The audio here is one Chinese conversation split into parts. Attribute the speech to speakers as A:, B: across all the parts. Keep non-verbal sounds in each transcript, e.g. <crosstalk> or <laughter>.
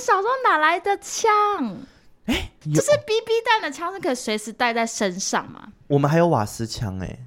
A: 想说哪来的枪？
B: 哎，
A: 就
B: 有
A: 是 BB 弹的枪是可以随时带在身上嘛？
B: 我们还有瓦斯枪哎。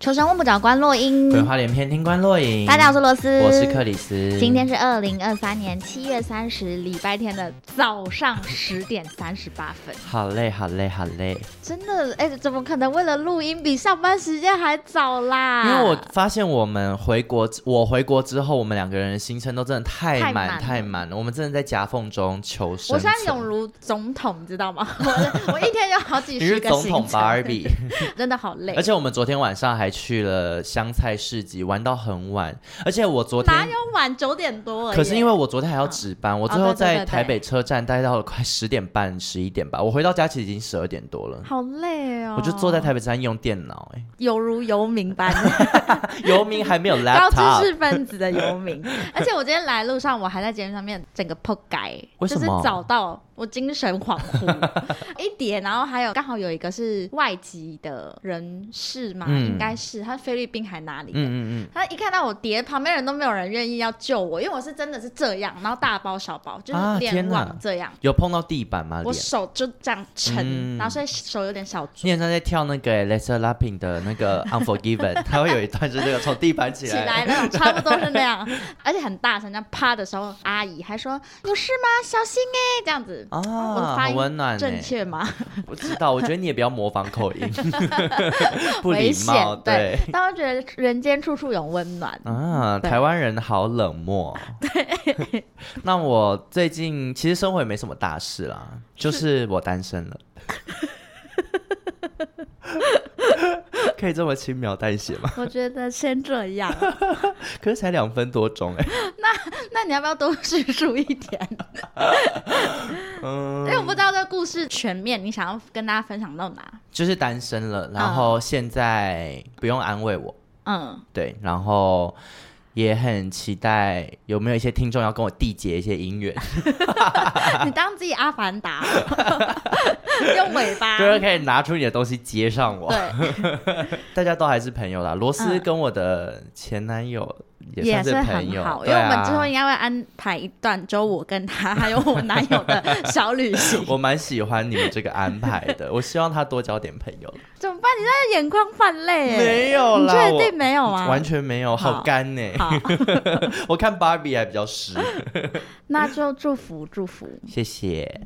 C: 求神问不找关洛英。
B: 鬼话连篇，听官落影。
C: 大家好，我是罗斯，
B: 啊我是克。里斯。
C: 今天是二零二三年七月三十礼拜天的早上十点三十八分，
B: 好累，好累，好累。
C: 真的哎，怎么可能为了录音比上班时间还早啦？
B: 因为我发现我们回国，我回国之后，我们两个人的行程都真的太
C: 太满
B: 满
C: 了
B: 太满了，我们真的在夹缝中求生存。
C: 我现在永如总统，你
B: <laughs>
C: 知道吗？我我一天有好几
B: 你
C: 十
B: 是
C: 个
B: 总
C: 行
B: 统
C: 程 <laughs>
B: Barbie，
C: 真的好累
B: 而。且我们昨天晚上还去了湘菜市集，玩到很晚。而且我昨
C: 哪
B: 天
C: 有，晚九点多而已？
B: 可是因为我昨天还要值班，我最
C: 哦
B: 后
C: 对对对
B: 在
C: 对
B: 台北车站待到了快十点半、十一点吧。我回到家其实已经十二点多了，
C: 好累哦，
B: 我就坐在台北车站用电脑、欸，
C: <laughs> 犹如游民般。
B: 游民还没有
C: 高知
B: laptop，
C: 识分子的
B: <laughs>
C: 游民。而且我今天来路上，我还在节目上面整个破改，
B: 为
C: 就
B: 什
C: 是
B: 么
C: 早到我精神恍
B: <laughs>
C: 惚一点，然后还有刚好有一个是外籍的人士嘛，
B: 嗯
C: 应该是他菲律宾还哪里的。
B: 嗯嗯
C: 他一看到我叠，旁边人都没有人愿意要救我，因为我是真的是这样，然后大包小包，就
B: 啊
C: 是
B: 天
C: 脸
B: 哪
C: 往这样，
B: 嗯，有碰到地板吗？
C: 我
B: 脸？
C: 手就这样撑，
B: 嗯
C: 然后所以手有点小肿
B: 你很像在跳那个欸 Lester Lapping 的那
C: <laughs>
B: 个 Unforgiven，它会有一段是那个从地板起
C: 起
B: 来，
C: 来那种，差不多是
B: <laughs>
C: 那样，而且很大声，这样啪的时候，阿姨还说有事吗？小心哎、这样子。
B: 啊，
C: 哦我的发
B: 好
C: 音
B: 温暖
C: 正
B: 欸。
C: <laughs> 确吗？
B: 不知道，我觉得你也不要模仿口音， <laughs> 不
C: 危
B: 礼
C: 险
B: 貌，，
C: 对。但我觉得人间处处有温暖。
B: 啊，
C: 对
B: 台湾人好冷漠。 <laughs> 对， <laughs> 那我最近其实生活也没什么大事啦，就是我单身 <laughs> 了。可以这么轻描淡写吗？
C: 我觉得先这
B: <laughs>
C: 样。
B: 可是才两分多钟哎、
C: 那你要不要多叙述一点？因
B: <laughs> 嗯，
C: 为我不知道这个故事全面，你想要跟大家分享到哪？
B: 就是单身了，然后现在不用安慰我， <laughs>
C: 嗯，
B: 对，然后也很期待有没有一些听众要跟我缔结一些姻缘，
C: 你当自己阿
B: <laughs>
C: 凡达，用尾巴。
B: 就是可以拿出你的东西接上我。
C: 对，
B: <laughs> 大家都还是朋友啦。罗斯
C: 嗯
B: 跟我的前男友也
C: 也
B: 算
C: 是
B: 朋友，
C: 很好，因
B: 对
C: 为我
B: 啊。
C: 们之后应该会安排一段，只有我跟他还有我男友的小旅行
B: 我蛮喜欢你们这个安排的，我希望他多交点朋
C: <laughs>
B: 友。
C: 怎么办？你现在眼眶泛泪欸，
B: 没有啦
C: 你
B: 我
C: 确定没有啊？
B: 完全没有，好
C: 好
B: 干呢、
C: 好，
B: <laughs> 我看芭比还比较湿，
C: 那就祝福祝福。
B: 谢谢。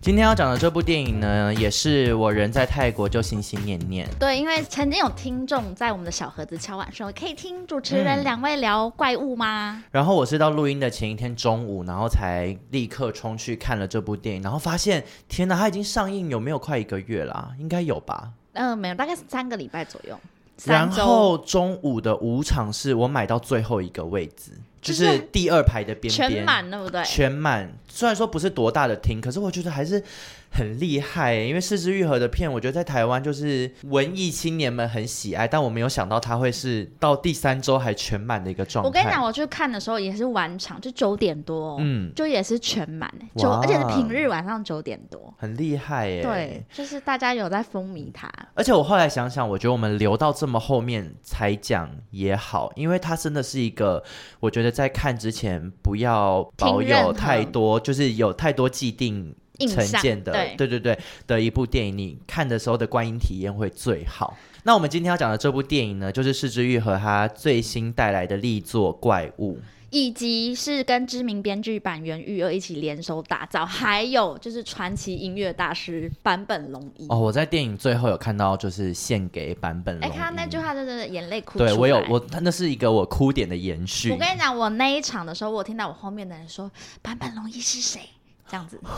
B: 今天要讲的这部电影呢，也是我人在泰国就心心念念。
C: 对，因为曾经有听众在我们的小盒子敲碗说，可以听主持人
B: 嗯
C: 两位聊怪物吗？
B: 然后我是到录音的前一天中午，然后才立刻冲去看了这部电影，然后发现天哪，它已经上映有没有快一个月啦、应该有吧。
C: 嗯、没有，大概是三个礼拜左右。
B: 然
C: 三周
B: 后中午的五场是我买到最后一个位置，就
C: 就是是
B: 第二排的边边，
C: 全满，对不对？
B: 全满。虽然说不是多大的厅，可是我觉得还是很厉害耶、因为《四肢愈合》的片，我觉得在台湾就是文艺青年们很喜爱，但我没有想到它会是到第三周还全满的一个状态。
C: 我跟你讲，，我去看的时候也是晚场，就九点多、
B: 嗯，
C: 就也是全满欸，
B: 哇
C: 九而且是平日晚上九点多。
B: 很厉害耶、
C: 对，就是大家有在风靡它。
B: 而且我后来想想，我觉得我们留到这么后面才讲也好，因为它真的是一个，我觉得在看之前不要保
C: 听任
B: 有
C: 何
B: 太多，就是有太多既定
C: 印
B: 成
C: 象
B: 见的，
C: 对
B: 对对对的一部电影，你看的时候的观影体验会最好。那我们今天要讲的这部电影呢，就是《失之愈合》它最新带来的力作《怪物》。
C: 以及是跟知名编剧板垣育二一起联手打造，还有就是传奇音乐大师坂本龙一。
B: 哦，我在电影最后有看到，就是献给版本
C: 哎、
B: 龙一。
C: 看到那句话，真的眼泪哭出来。
B: 对我有我，那是一个我哭点的延续。
C: 我跟你讲，我那一场的时候，我听到我后面的人说坂本龙一是谁，这
B: <laughs>
C: 样子。就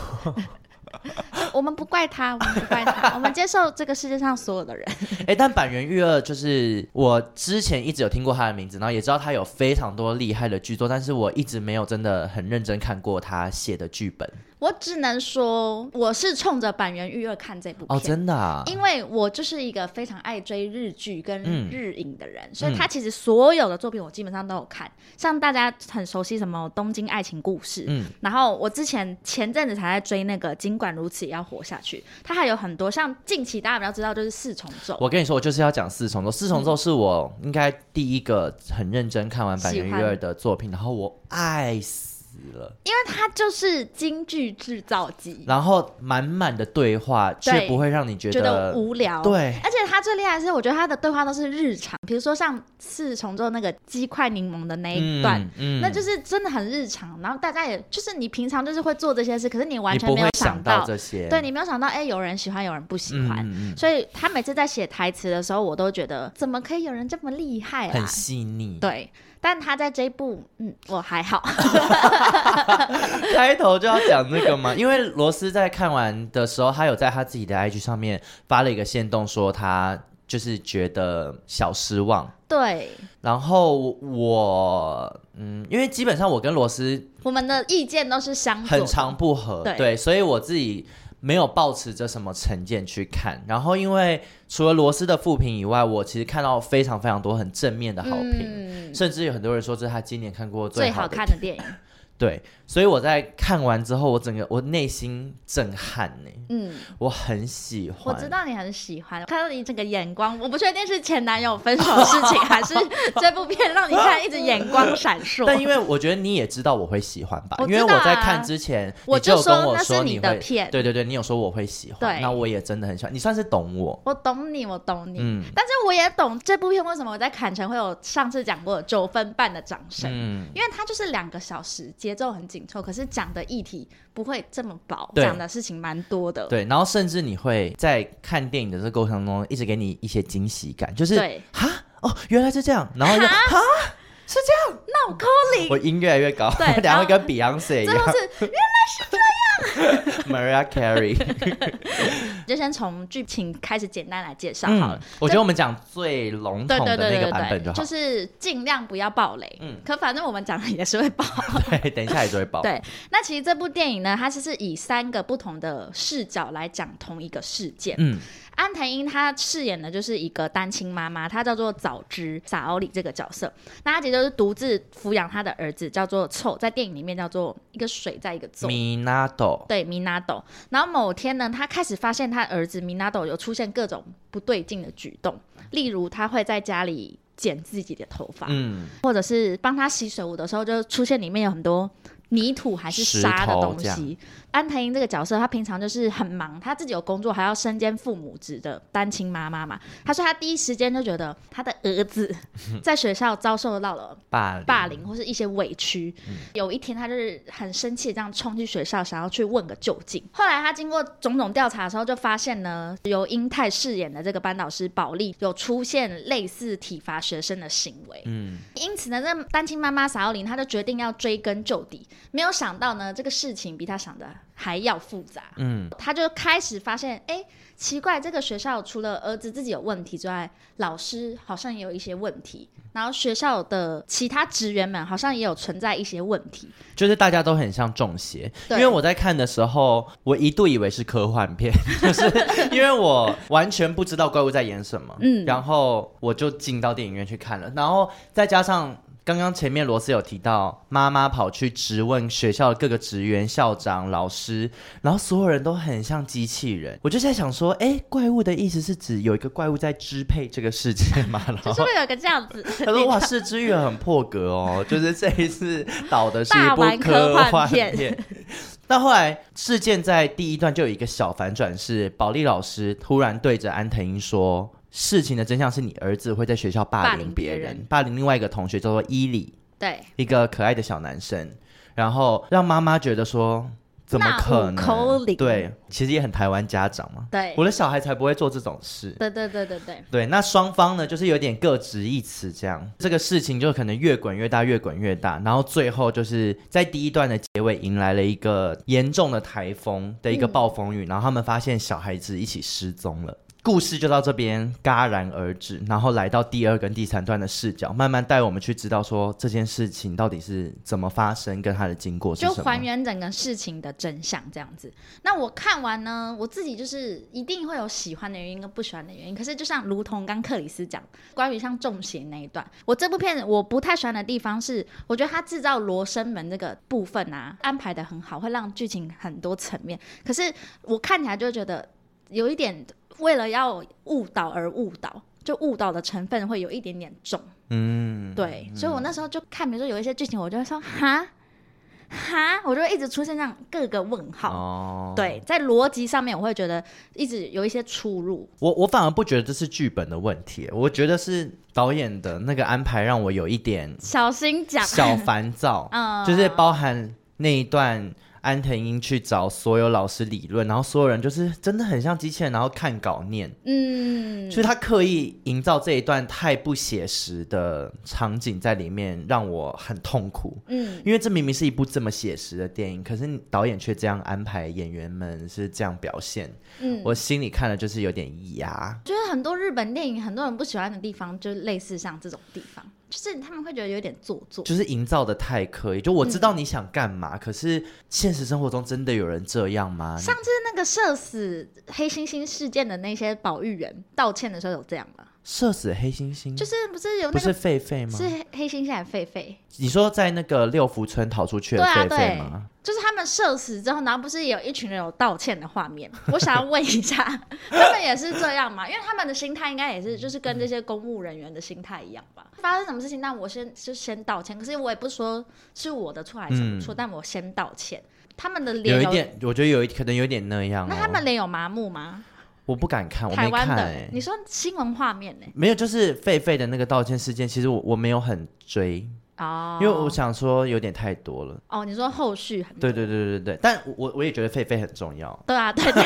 C: 我们不怪他，我们不怪他，我们接受这个世界上所有的人。
B: 哎、但板垣育二就是我之前一直有听过他的名字，然后也知道他有非常多厉害的剧作，但是我一直没有真的很认真看过他写的剧本。
C: 我只能说我是冲着板垣育二看这部
B: 哦，
C: 片。
B: 真的、啊，
C: 因为我就是一个非常爱追日剧跟
B: 嗯
C: 日影的人，所以他其实所有的作品我基本上都有看，像大家很熟悉什么《东京爱情故事》
B: 嗯
C: 然后我之前前阵子才在追那个《尽管如此也要活下去》，它还有很多像近期大家比较知道就是四重奏，
B: 我跟你说，我就是要讲四重奏。四重奏是我应该第一个很认真看完板垣
C: 喜
B: 育
C: 欢
B: 二的作品，然后我爱死了。
C: 因为它就是京剧制造机，
B: 然后满满的对话
C: 对
B: 却不会让你觉
C: 觉得无聊。
B: 对
C: 而且他最厉害的是，我觉得他的对话都是日常，比如说像四重奏那个鸡块柠檬的那一段，
B: 嗯
C: 那就是真的很日常。然后大家也就是你平常就是会做这些事，可是你完
B: 你
C: 全
B: 不
C: 没有
B: 会想
C: 到，
B: 这些，
C: 对你没有想到，哎、有人喜欢，有人不喜欢。
B: 嗯嗯
C: 所以他每次在写台词的时候，我都觉得怎么可以有人这么厉害
B: 嗯
C: 啊
B: 很？细腻。
C: 对，但他在这一部，嗯，我还好， <laughs>
B: <laughs> 开头就要讲那个嘛，因为罗斯在看完的时候，他有在他自己的 IG 上面发了一个线动，说他就是觉得小失望。
C: 对，
B: 然后我，嗯，因为基本上我跟罗斯
C: 我们的意见都是相左
B: 很
C: 的，
B: 长不合，
C: 对
B: 所以我自己没有抱持着什么成见去看。然后，因为除了罗斯的负评以外，我其实看到非常非常多很正面的好评，
C: 嗯，
B: 甚至有很多人说这是他今年看过
C: 最
B: 好
C: 好
B: 的
C: 看的电影，
B: 对，所以我在看完之后，我整个我内心震撼呢、 <laughs>
C: 嗯，
B: 我很喜
C: 我
B: 欢。
C: 知道你很喜欢，看到你整个眼光，我不确定是前男友分手的事
B: <laughs>
C: 情，还是这部片让你现在一直眼光闪烁。
B: 但因为我觉得你也知道我会喜欢吧，
C: 我
B: 因
C: 知道啊
B: 为我在看之前，
C: 我
B: 你就有
C: 就说
B: 跟我
C: 那是
B: 说
C: 你
B: 你
C: 的
B: 会，
C: 片
B: 对对对，你有说我会喜欢，
C: 对
B: 那我也真的很喜欢，你算是懂我，
C: 我懂你，我懂你，
B: 嗯
C: 但是我也懂这部片为什么我在砍城会有上次讲过的九分半的掌声，
B: 嗯，
C: 因为它就是两个小时，节奏很紧凑，可是讲的议题不会这么薄，
B: 对
C: 讲的事情蛮多的。
B: 对，然后甚至你会在看电影的这个过程中，一直给你一些惊喜感，就是
C: 对
B: 哈哦，原来是这样，然后就哈是这样，
C: 那我扣零，
B: 我音越来越高，
C: 对
B: 我等下
C: 然后
B: 会跟 Beyonce 一
C: 最后
B: 样
C: 是
B: ，Mariah Carey。
C: 就先从剧情开始简单来介绍好了。
B: 嗯，我觉得我们讲最笼
C: 对
B: 统
C: 对
B: 的
C: 对
B: 那个
C: 对
B: 版
C: 对
B: 本就好
C: 就。是尽量不要爆雷。
B: 嗯
C: 可反正我们讲的也是会爆。
B: <laughs> 对，等一下也就会爆。
C: 对，那其实这部电影呢，它是是以三个不同的视角来讲同一个事件。
B: 嗯，
C: 安藤英她饰演的就是一个单亲妈妈，她叫做早知撒欧里这个角色。那她其实就是独自抚养她的儿子，叫做臭，在电影里面叫做一个水，在一个揍。
B: 米纳豆，
C: 对米纳斗。然后某天呢，他开始发现他儿子米纳斗有出现各种不对劲的举动，例如他会在家里剪自己的头发，
B: 嗯，
C: 或者是帮他洗水壶的时候，就出现里面有很多。泥土还是沙的
B: 石
C: 东
B: 头这
C: 西。安藤英这个角色，她平常就是很忙，她自己有工作，还要身兼父母职的单亲妈妈嘛。她说她第一时间就觉得她的儿子 <laughs> 在学校遭受到了
B: 霸凌嗯
C: 霸凌或是一些委屈。有一天，他就是很生气，这样冲去学校，想要去问个究竟。后来他经过种种调查的时候，就发现呢，由英泰饰演的这个班导师保利有出现类似体罚学生的行为。
B: 嗯，
C: 因此呢，这单亲妈妈撒奥林她就决定要追根究底。没有想到呢，这个事情比她想的还要复杂。
B: 嗯，
C: 她就开始发现，哎，奇怪，这个学校除了儿子自己有问题之外，老师好像也有一些问题，然后学校的其他职员们好像也有存在一些问题。
B: 就是大家都很像中邪，因
C: 对
B: 为我在看的时候，我一度以为是科幻片， <laughs> 就是因为我完全不知道怪物在演什么，
C: 嗯
B: 然后我就进到电影院去看了，然后再加上刚刚前面罗斯有提到，妈妈跑去质问学校的各个职员、校长、老师，然后所有人都很像机器人，我就在想说，哎，怪物的意思是指有一个怪物在支配这个世界吗？ <laughs> 然
C: 就
B: 后
C: 是会有一个这样子， <laughs>
B: 他说：“哇，《四之愈合》很破格哦，就是这一次导的是一
C: 大
B: 部
C: 玩科
B: 科
C: 幻
B: 幻
C: 片
B: 片。 <laughs> 但后来事件在第一段就有一个小反转，是保利老师突然对着安藤英说：“事情的真相是你儿子会在学校
C: 霸
B: 霸
C: 凌
B: 凌
C: 别
B: 别人，
C: 人
B: 霸凌另外一个同学叫做伊里，
C: 对，
B: 一个可爱的小男生，然后让妈妈觉得说。”怎么
C: 那
B: 可
C: 我扣
B: 能？
C: 零
B: 对，其实也很台湾家长嘛。
C: 对
B: 我的小孩才不会做这种事。
C: 对对对对对，
B: 对，那双方呢，就是有点各执一词这样，这个事情就可能越滚越大，越滚越大，然后最后就是在第一段的结尾迎来了一
C: 嗯
B: 个严重的台风的一个暴风雨，然后他们发现小孩子一起失踪了。故事就到这边戛然而止，然后来到第二跟第三段的视角，慢慢带我们去知道说这件事情到底是怎么发生，跟它的经过是
C: 就
B: 什么
C: 还。原整个事情的真相这样子。那我看完呢，我自己就是一定会有喜欢的原因跟不喜欢的原因。可是就像如同刚克里斯讲，关于像中邪那一段，我这部片我不太喜欢的地方是，我觉得它制造罗生门这个部分啊，安排的很好，会让剧情很多层面。可是我看起来就会觉得有一点为了要误导而误导。就误导的成分会有一点点重，
B: 嗯，
C: 对，所以我那时候就看，比如说有一些剧情，我就会说哈哈，我就会一直出现这样各个问号。
B: 哦，
C: 对，在逻辑上面，我会觉得一直有一些出入。
B: 我我反而不觉得这是剧本的问题，我觉得是导演的那个安排让我有一点
C: 小心讲，
B: 小烦躁，
C: <laughs> 嗯
B: 就是包含那一段安藤英去找所有老师理论，然后所有人就是真的很像机器人，然后看稿念，
C: 嗯，
B: 所以他刻意营造这一段太不写实的场景在里面，让我很痛苦。
C: 嗯，
B: 因为这明明是一部这么写实的电影，可是导演却这样安排演员们是这样表现，
C: 嗯
B: 我心里看了就是有点压。
C: 觉得很多日本电影很多人不喜欢的地方，就类似像这种地方，就是他们会觉得有点做作。
B: 就是营造的太刻意，就我知道你想干
C: 嗯
B: 嘛，可是现实生活中真的有人这样吗？
C: 上次那个社死黑猩猩事件的那些保育员道歉的时候有这样吗？
B: 射死黑猩猩，
C: 就是不是有
B: 不
C: 那
B: 是
C: 个
B: 狒狒吗？
C: 是黑猩猩还是狒狒？
B: 你说在那个六福村逃出去的
C: 对啊
B: 狒狒吗？
C: 就是他们射死之后，然后不是有一群人有道歉的画面？我想要问一下，他们也是这样吗？因为他们的心态应该也是，就是跟这些公务人员的心态一样吧。发生什么事情，那我先就先道歉。可是我也不是说是我的错还是什么错，但我先道歉。他们的
B: 有
C: 脸
B: 一点，哦我觉得有一可能有点那样、哦。
C: 那他们脸有麻木吗？
B: 我不敢看，我
C: 台
B: 没
C: 湾
B: 看、
C: 的、
B: 欸，
C: 你说新闻画面欸呢、
B: 没有，就是狒狒的那个道歉事件，其实我我没有很追，
C: 哦，
B: 因为我想说有点太多了。
C: 哦，你说后续很
B: 对对对对对，但我我也觉得狒狒很重要，
C: 对啊，对对，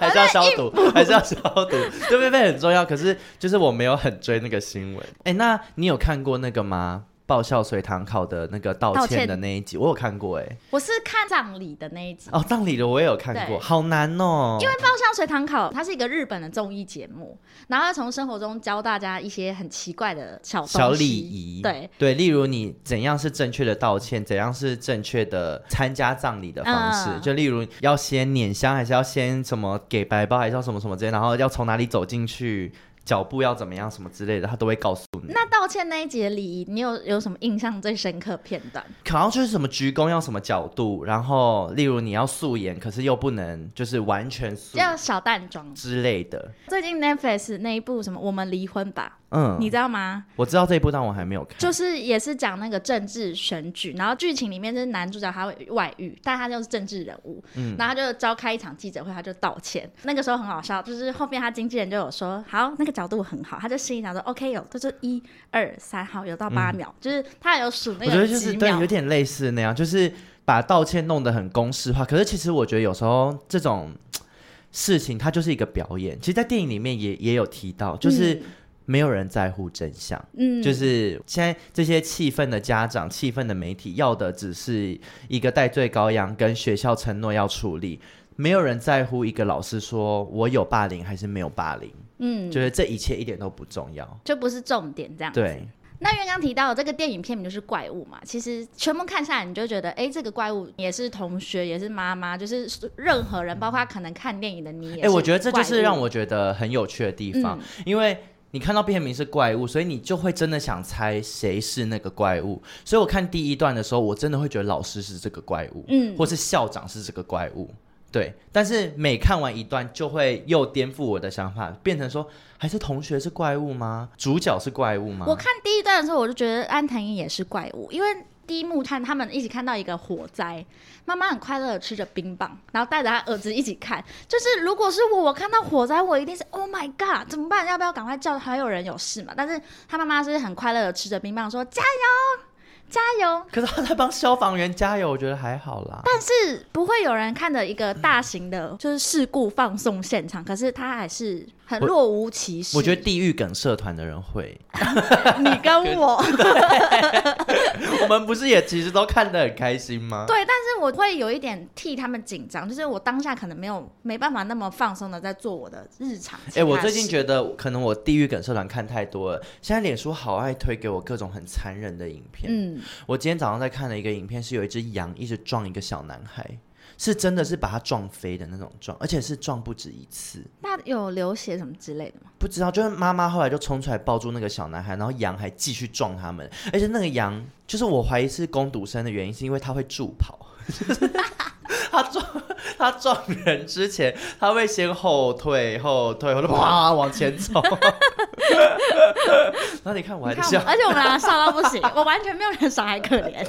B: 还是要消毒， <laughs> 还是要消毒。对狒狒很重要，可是就是我没有很追那个新闻。哎，那你有看过那个吗？爆笑随堂考的那个道
C: 道
B: 歉
C: 歉
B: 的那一集，我有看过哎、
C: 我是看葬礼的那一集。
B: 哦，葬礼的我也有看过，
C: 对
B: 好难哦。
C: 因为爆笑随堂考，它是一个日本的综艺节目，然后它从生活中教大家一些很奇怪的小东西
B: 小礼仪，
C: 对。
B: 对，例如你怎样是正确的道歉，怎样是正确的参加葬礼的方式，
C: 嗯
B: 就例如要先捻香，还是要先什么给白包，还是要什么什么之类，然后要从哪里走进去，脚步要怎么样，什么之类的，他都会告诉你。
C: 那道歉那一集的礼仪，你有有什么印象最深刻片段？
B: 好像就是什么鞠躬要什么角度，然后例如你要素颜，可是又不能就是完全素
C: 叫小淡妆。
B: 之类的。
C: 最近 Netflix 那一部什么《我们离婚吧》，
B: 嗯，
C: 你知道吗？
B: 我知道这一部，但我还没有看。
C: 就是也是讲那个政治选举，然后剧情里面就是男主角他会外遇，但他就是政治人物，
B: 嗯
C: 然后他就召开一场记者会，他就道歉。那个时候很好笑，就是后面他经纪人就有说，好，那个角度很好，他就心里想说，OK 有，这就一二三，好，有到八秒，就是他有数那
B: 嗯我觉得
C: 个
B: 就是
C: 几
B: 对，
C: 秒
B: 有，点类似那样，就是把道歉弄得很公式化。可是其实我觉得有时候这种嘖事情，它就是一个表演。其实，在电影里面也也有提到，就是没有人在乎真相。
C: 嗯，
B: 就是现在这些气愤的家长、气愤的媒体要的只是一个戴罪羔羊，跟学校承诺要处理。没有人在乎一个老师说我有霸凌还是没有霸凌，
C: 嗯，
B: 觉得这一切一点都不重要。
C: 就不是重点这样。
B: 对，
C: 那因为刚提到这个电影片名就是怪物嘛，其实全部看下来，你就觉得，哎、这个怪物也是同学，也是妈妈，就是任何人，包括可能看电影的你也
B: 哎、
C: 是。嗯
B: 我觉得这就是让
C: 我。
B: 我觉得很有趣的地方，因为你看到片名是怪物，所以你就会真的想猜谁是那个怪物。所以我看第一段的时候，我真的会觉得老师是这个怪物，
C: 嗯
B: 或是校长是这个怪物。对，但是每看完一段，就会又颠覆我的想法，变成说还是同学是怪物吗？主角是怪物吗？
C: 我看第一段的时候，我就觉得安藤英也是怪物，因为第一幕看他们一起看到一个火灾，妈妈很快乐的吃着冰棒，然后带着她儿子一起看。就是如果是我，我看到火灾，我一定是 Oh my God，怎么办？要不要赶快叫还有人有事嘛？但是他妈妈是很快乐的吃着冰棒，说加油。加油！
B: 可是他在帮消防员加油，我觉得还好啦。
C: 但是不会有人看着一个大型的，就是事故放送现场，可是他还是很
B: 我
C: 若无其事。
B: 我觉得地狱梗社团的人会， <laughs>
C: 你跟我
B: 我们不是也其实都看得很开心吗？
C: 对，但是我会有一点替他们紧张，就是我当下可能没有没办法那么放松的在做我的日常。
B: 哎、我最近觉得可能我地狱梗社团看太多了，现在脸书好爱推给我各种很残忍的影片。
C: 嗯，
B: 我今天早上在看了一个影片，是有一只羊一直撞一个小男孩，是真的是把他撞飞的那种撞，而且是撞不止一次。
C: 那有流血什么之类的吗？
B: 不知道，就是妈妈后来就冲出来抱住那个小男孩，然后羊还继续撞他们，而且那个羊就是我怀疑是攻读生的原因，是因为他会助跑， <laughs> 就是他撞他撞人之前，他会先后退后退，后退，哇往前走。 <laughs> 然后你看我还
C: 你
B: 在
C: 看我
B: 笑
C: 们，，而且我们两个笑到不行， <laughs> 我完全没有人小孩可
B: <laughs>
C: 怜。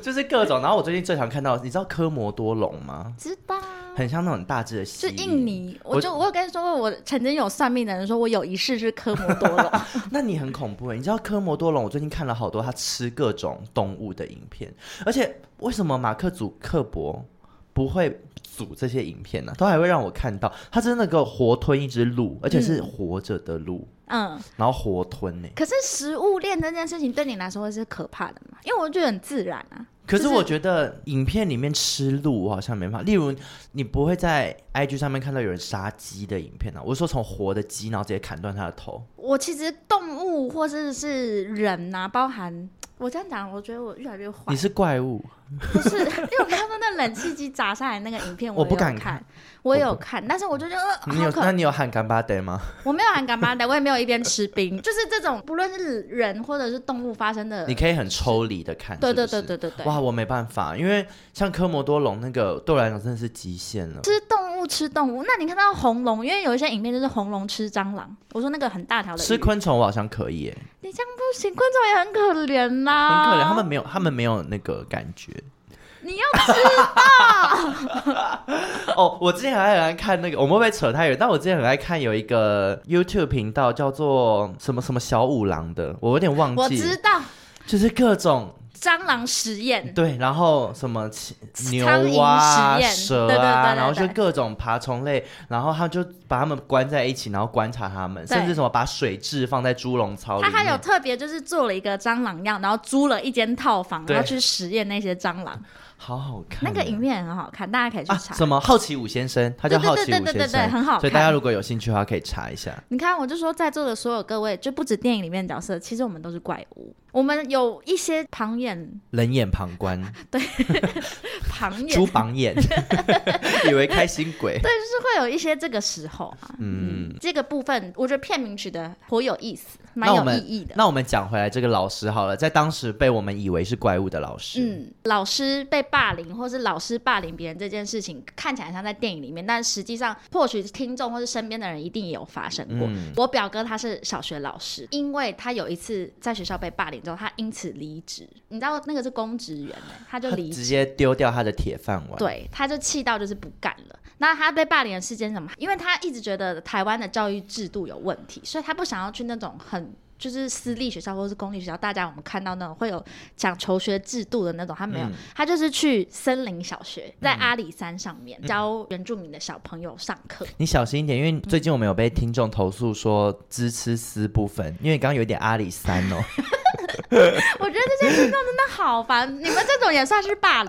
B: 就是各种。然后我最近最常看到，你知道科摩多龙吗？
C: 知道，
B: 很像那种大只的蜥
C: 是
B: 蜴。
C: 印尼。
B: 我
C: 我就我有跟你说过，我曾经有算命的人说我有一世是科摩多龙。
B: <laughs> 那你很恐怖哎！你知道科摩多龙，我最近看了好多他吃各种动物的影片，而且为什么马克·祖克伯不会组这些影片呢、都还会让我看到他真的给我活吞一只鹿，而且是活着的鹿，
C: 嗯，
B: 然后活吞呢。
C: 可是食物链这件事情对你来说会是可怕的吗？因为我觉得很自然啊。
B: 可是
C: 就是
B: 我觉得影片里面吃鹿，我好像没办法。例如，你不会在 IG 上面看到有人杀鸡的影片啊，我是说从活的鸡，然后直接砍断它的头。
C: 我其实动物或是是人呐、包含我这样讲，我觉得我越来越坏
B: 你。是怪物，
C: 不是， <laughs> 因为我看到那冷气机砸下来那个影片，
B: 我
C: 嗯也
B: 不
C: 有
B: 敢看
C: 看，我也有看，但是我就觉得呃
B: 你有
C: 好
B: 那
C: 可，
B: 你有喊干巴爹吗？
C: 我没有很干嘛的，我也没有一边吃冰，就是这种不论是人或者是动物发生的
B: 你，可以很抽离的看，
C: 呃对
B: 是不
C: 对
B: 是
C: 对对对对，
B: 哇，我没办法，因为像科摩多龙那个对我来讲真的是极限了。
C: 吃动物吃动物，那你看到红龙，因为有一些影片就是红龙吃蟑螂，我说那个很大条的鱼，
B: 吃昆虫我好像可以耶，
C: 你这样不行，昆虫也很可怜呐、
B: 很可怜，他们没有，他们没有那个感觉。
C: 啊你要啊
B: <laughs> 哦，我之前还很爱看那个，我们会不会扯太远？但我之前很爱看有一个 YouTube 频道叫做什么什么小五郎的，我有点忘
C: 我
B: 记，
C: 知道
B: 就是各种
C: 蟑螂实验，
B: 对，然后什么其牛
C: 苍蝇
B: 啊、
C: 实验
B: 蛇
C: 对对对
B: 啊，
C: 对
B: 然后就
C: 对
B: 各种爬虫类，然后他就把它们关在一起，然后观察它们，
C: 对
B: 甚至什么把水蛭放在猪笼槽里
C: 他
B: 面。
C: 还有特别就是做了一个蟑螂样，然后租了一间套房，
B: 对
C: 然后去实验那些蟑螂。
B: 好好看
C: 那
B: 哦，
C: 个影片也很好看，大家可以去
B: 啊，
C: 查。
B: 什么好奇五先生，他叫
C: 对对
B: 好奇
C: 对
B: 五
C: 对对
B: 先
C: 对
B: 生，
C: 很好
B: 所以大家
C: 看
B: 如果有兴趣的话，可以查一下。
C: 你看，我就说在座的所有各位，就不止电影里面的角色，其实我们都是怪物。我们有一些旁眼，
B: 冷眼旁观，
C: 旁眼，
B: 猪榜
C: <laughs>
B: 眼，以为开心鬼。
C: 对，就是会有一些这个时候啊。
B: 嗯，
C: 这个部分，我觉得片名取得颇有意思，蛮
B: 那我
C: 有意
B: 们
C: 义的。
B: 那我们讲回来这个老师好了，在当时被我们以为是怪物的老师，
C: 嗯，老师被霸凌，或是老师霸凌别人这件事情，看起来像在电影里面，但实际上或许听众或是身边的人一定也有发生过。
B: 嗯
C: 我表哥他是小学老师，因为他有一次在学校被霸凌之后，他因此离职。你知道那个是公职员、欸，他就
B: 他
C: 离职
B: 直。接丢掉他的铁饭碗。
C: 对，他就气到就是不干了。那他被霸凌的事件是什么？因为他一直觉得台湾的教育制度有问题，所以他不想要去那种很就是私立学校或者是公立学校。大家我们看到那种会有讲求学制度的那种，他没有，他就是去森林小学，在
B: 嗯
C: 阿里山上面、教原住民的小朋友上课。
B: 你小心一点，因
A: 嗯
B: 为最近我们有被听众投诉说支吃丝不分，因为刚刚有一点阿里山
A: <laughs>
B: 哦。
C: <laughs> 我觉得这些听众真的好烦，你们这种也算是霸凌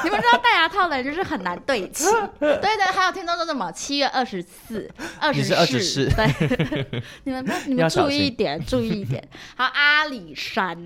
B: <laughs>
C: 你们知道戴牙套的人就是很难对齐。对对，还有听众说什么七月二十四、二
B: 你
C: 十
B: 是
C: 四，
B: 24
C: 对，你们不你
B: 要
C: 们
B: 小
C: 注
B: 心嗯
C: 意一点，注意一点。还有阿里山，